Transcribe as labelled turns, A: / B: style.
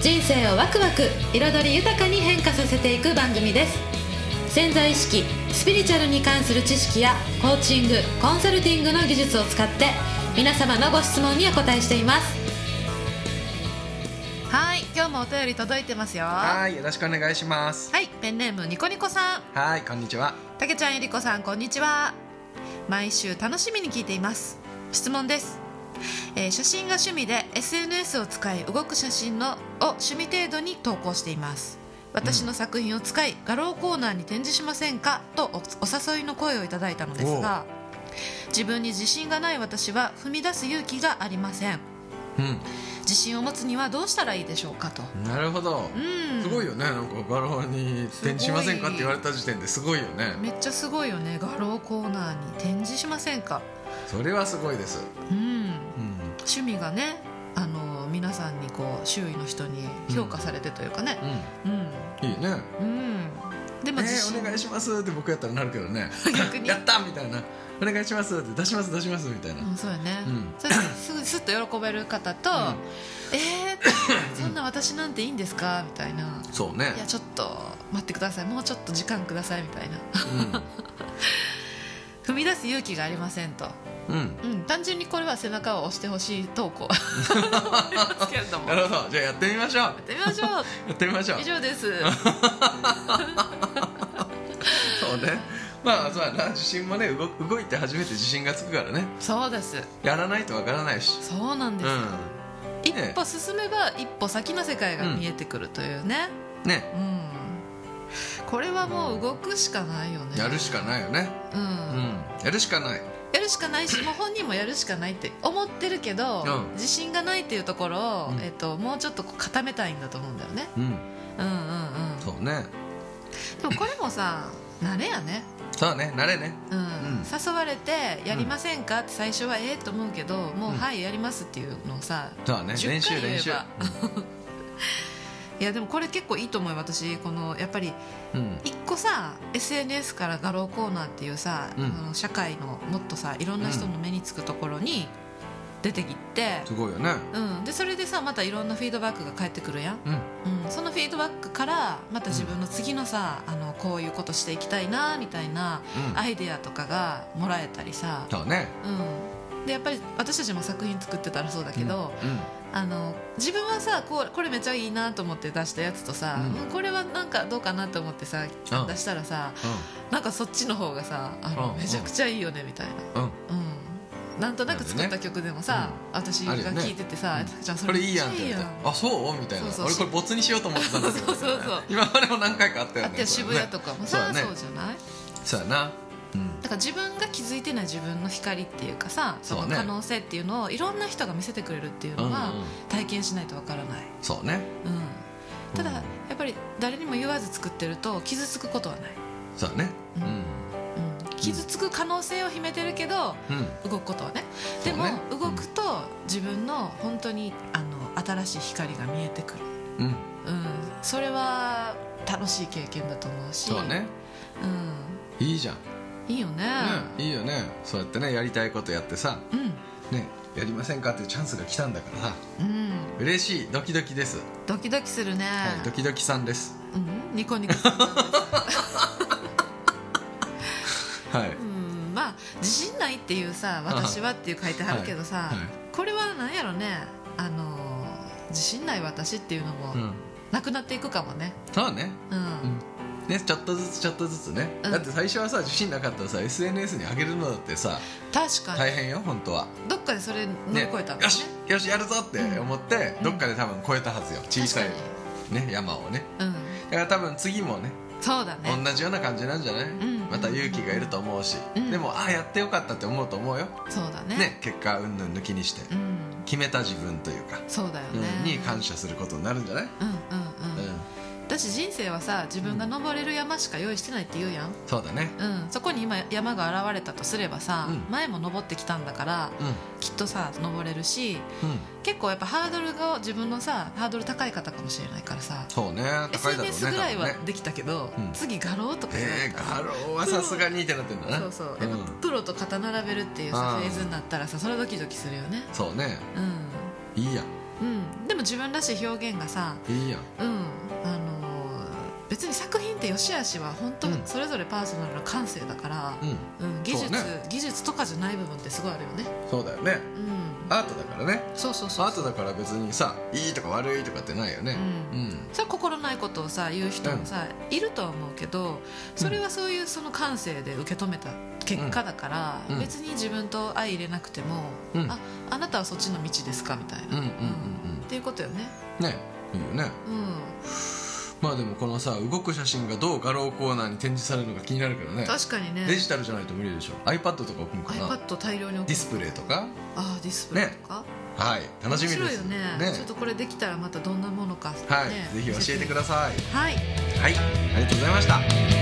A: 人生をワクワク彩り豊かに変化させていく番組です潜在意識スピリチュアルに関する知識やコーチングコンサルティングの技術を使って皆様のご質問にお答えしていますはい今日もお便り届いてますよは
B: はいよろしくお願いします
A: いペンネームニコニコさん
B: はいこんにちは
A: たけちゃんゆりこさんこんにちは毎週楽しみに聞いています質問です、えー写真が趣味で SNS を使い動く写真のを趣味程度に投稿しています私の作品を使い画廊コーナーに展示しませんかとおお誘いの声をいただいたのですが自分に自信がない私は踏み出す勇気がありません
B: う
A: 自信を持つにはどうしたらいいでしょうかと
B: んなるほど
A: うん
B: すごいよねなんか画廊に展示しませんかって言われた時点ですごいよね
A: めっちゃすごいよね画廊コーナーに展示しませんか
B: それはすごいです
A: うん
B: うん
A: 趣味がねあの皆さんにこう周囲の人に評価されてというかねうん
B: うんいいね
A: うん、で
B: え
A: も自信、
B: ーお願いしますって僕やったらなるけどね
A: 逆に
B: やったみたいなお願いしますって出します出しますみたいな
A: うん、そうよね、
B: うん
A: それすぐすっと喜べる方と、えー、そんな私なんていいんですかみたいな
B: そうね
A: いやちょっと待ってくださいもうちょっと時間くださいみたいな 踏み出す勇気がありませんと、
B: うんうん
A: うん、単純にこれは背中を押してほしい投稿ですけれども
B: な
A: や
B: るほどじゃあやってみましょう
A: ってみましょう
B: やってみましょう
A: 以上 です
B: そうねまあそうやな自信もね動動いて初めて自信がつくからね
A: そうです
B: やらないとわからないし
A: そうなん
B: う
A: です、
B: ん
A: 一歩進めば一歩先の世界が見えてくるというね、
B: ね
A: うんこれはもう動くしかないよね
B: やるしかないよね
A: うん、
B: うんやるしかない
A: やるしか ないしもう本人もやるしかないって思ってるけど、
B: うん
A: 自信がないっていうところを、
B: うん
A: えっと、もうちょっとこう固めたいんだと思うんだよね
B: うん
A: うんうん う
B: そうね
A: んでもこれもさ慣れやね、
B: そうね慣れね
A: うん
B: うん
A: 誘われて「やりませんか?」って最初はええと思うけどもう「
B: うん
A: はいやります」っていうのをさ
B: そうね
A: 10
B: 練習
A: 回言えば
B: 練習
A: いやでもこれ結構いいと思うよ私このやっぱり
B: うん
A: 一個さ SNS から画廊コーナーっていうさ、
B: うん
A: あの社会のもっとさいろんな人の目につくところに出てきて、
B: すごいよね
A: うんでそれでさまたいろんなフィードバックが返ってくるやん、
B: うん
A: うん、そのフィードバックからまた自分の次のさ、あのこういうことしていきたいなみたいな
B: うん
A: アイデアとかがもらえたりさ、
B: そうね
A: うん、でやっぱり私たちも作品作ってたらそうだけど、
B: うん
A: あの自分はさこうこれめっちゃいいなと思って出したやつとさ、
B: うん
A: うんこれはなんかどうかなと思ってさ
B: うん
A: 出したらさなんかそっちの方がさあの
B: うん
A: めちゃくちゃいいよねみたい
B: うん
A: な、
B: うん
A: うん、なんとなく作った曲なんでね曲でもさ、私が
B: あるよね
A: 聴いててさ、たけちゃんそ
B: こ
A: れ
B: れ
A: めっ
B: いい
A: ち
B: や
A: ゃ
B: んって
A: いい
B: 言わ
A: やん
B: れてあそうみたいな
A: そうそう
B: 俺これボツにしようと思ってたんだけど
A: そうそうそう
B: 今までも何回かあったよ
A: あっ
B: ね
A: て
B: そ
A: 渋
B: れね
A: 谷とかもさ
B: そう
A: そ
B: だ
A: う,、
B: ね
A: じゃない
B: そうやなうん
A: だから自分が気づいてない自分の光っていうかさそ
B: そ
A: の
B: うね
A: 可能性っていうのをいろんな人が見せてくれるっていう
B: う
A: の
B: ん
A: は
B: うん
A: 体験しないとわからない、
B: そうね
A: うん、ただ
B: うん
A: やっぱり誰にも言わず作ってると傷つくことはない
B: そうね
A: う
B: うんん
A: うん傷つく可能性を秘めてるけど
B: うん
A: 動くことはねでも
B: そうね
A: 動くと自分の本当にあの新しい光が見えてくる、
B: うん
A: うん、それは楽しい経験だと思うし
B: そうね
A: う
B: いいじゃん、ね
A: ん、いいよね
B: いいよねそうやってねやりたいことやってさ
A: うん
B: ねやりませんかっていうチャンスが来たんだからさ
A: うん、
B: 嬉しいドキドキです、
A: ドキドキするね、
B: はい、ドキドキさんです
A: うん、ニコニ コするな
B: はい、
A: うんまあ自信ないっていうさ「私は」っていう書いてあるけどさ、
B: はいはい
A: これは何やろねあの自信ない私っていうのも
B: うん、
A: なくなっていくかもね
B: そうね
A: うん
B: ねちょっとずつちょっとずつね、
A: うん
B: だって最初はさ自信なかったらさ SNS に上げるのだってさ
A: 確かに、
B: 大変よ本当は
A: どっかでそれ乗り越えたんだ
B: よ
A: ね
B: しよしやるぞって思って、
A: うん
B: どっかで多分超えたはずよ小さい、ね、山をね
A: 確かに
B: だから多分次もね
A: うんそうだね
B: 同じような感じなんじゃない、
A: ん
B: また勇気がいると思うし、
A: うん
B: でもああやってよかったって思うと思うよ、
A: そうだね
B: ね結果うんぬん抜きにして
A: うん
B: 決めた自分というか、
A: そうだよ
B: うん
A: ね、
B: に感謝することになるんじゃない、
A: うんうん
B: う
A: うんん、私人生はさ自分が登れる山しか用意してないって言うやん、
B: そうだね
A: うん、そこに今山が現れたとすればさ、
B: うん
A: 前も登ってきたんだから
B: うん
A: きっとさ登れるし
B: うん
A: 結構やっぱハードルが自分のさハードル高い方かもしれないからさ、
B: そうね高いだろうね
A: SNS ぐらいは
B: 多分ね
A: できたけど、
B: うん
A: 次画廊とか言わ
B: え
A: れ
B: ー、
A: たら
B: ガローはさすがにってなってんだな
A: そうそうやっぱ
B: ん
A: プロと肩並べるっていうさ
B: あー
A: フェーズになったらさそれはドキドキするよね
B: そうね
A: う
B: いいや
A: ん、うん、でも自分らしい表現がさ
B: いいや
A: うんあのー別に作品って良し悪しは本当
B: うん
A: それぞれパーソナルの感性だから
B: う、ん
A: うん技術、
B: そうね
A: 技術とかじゃない部分ってすごいあるよね
B: そうだよね
A: うん
B: アートだからね
A: そうそう
B: ア
A: そう
B: ートだから別にさいいとか悪いとかってないよね
A: うん
B: うん
A: それは心ないことをさ言う人もさ、いるとは思うけどそれはそういうその感性で受け止めた結果だから、
B: うん
A: 別に自分と相入れなくても、
B: うん
A: ああなたはそっちの道ですかみたいな、
B: うんうんうん
A: っ
B: うん
A: ていうことよね
B: ねいいよね
A: うん
B: まあでもこのさ動く写真がどう画廊コーナーに展示されるのか気になるけどね
A: 確かにね
B: デジタルじゃないと無理でしょ iPad とか置くんかな
A: iPad 大量に置
B: ディ
A: く
B: スプレイとか
A: ああディスプレイとか、
B: はい楽しみです
A: 面白いよねちょっとこれできたらまたどんなものか、ね
B: はい、ぜひ教えてください
A: さいはい
B: はいありがとうございました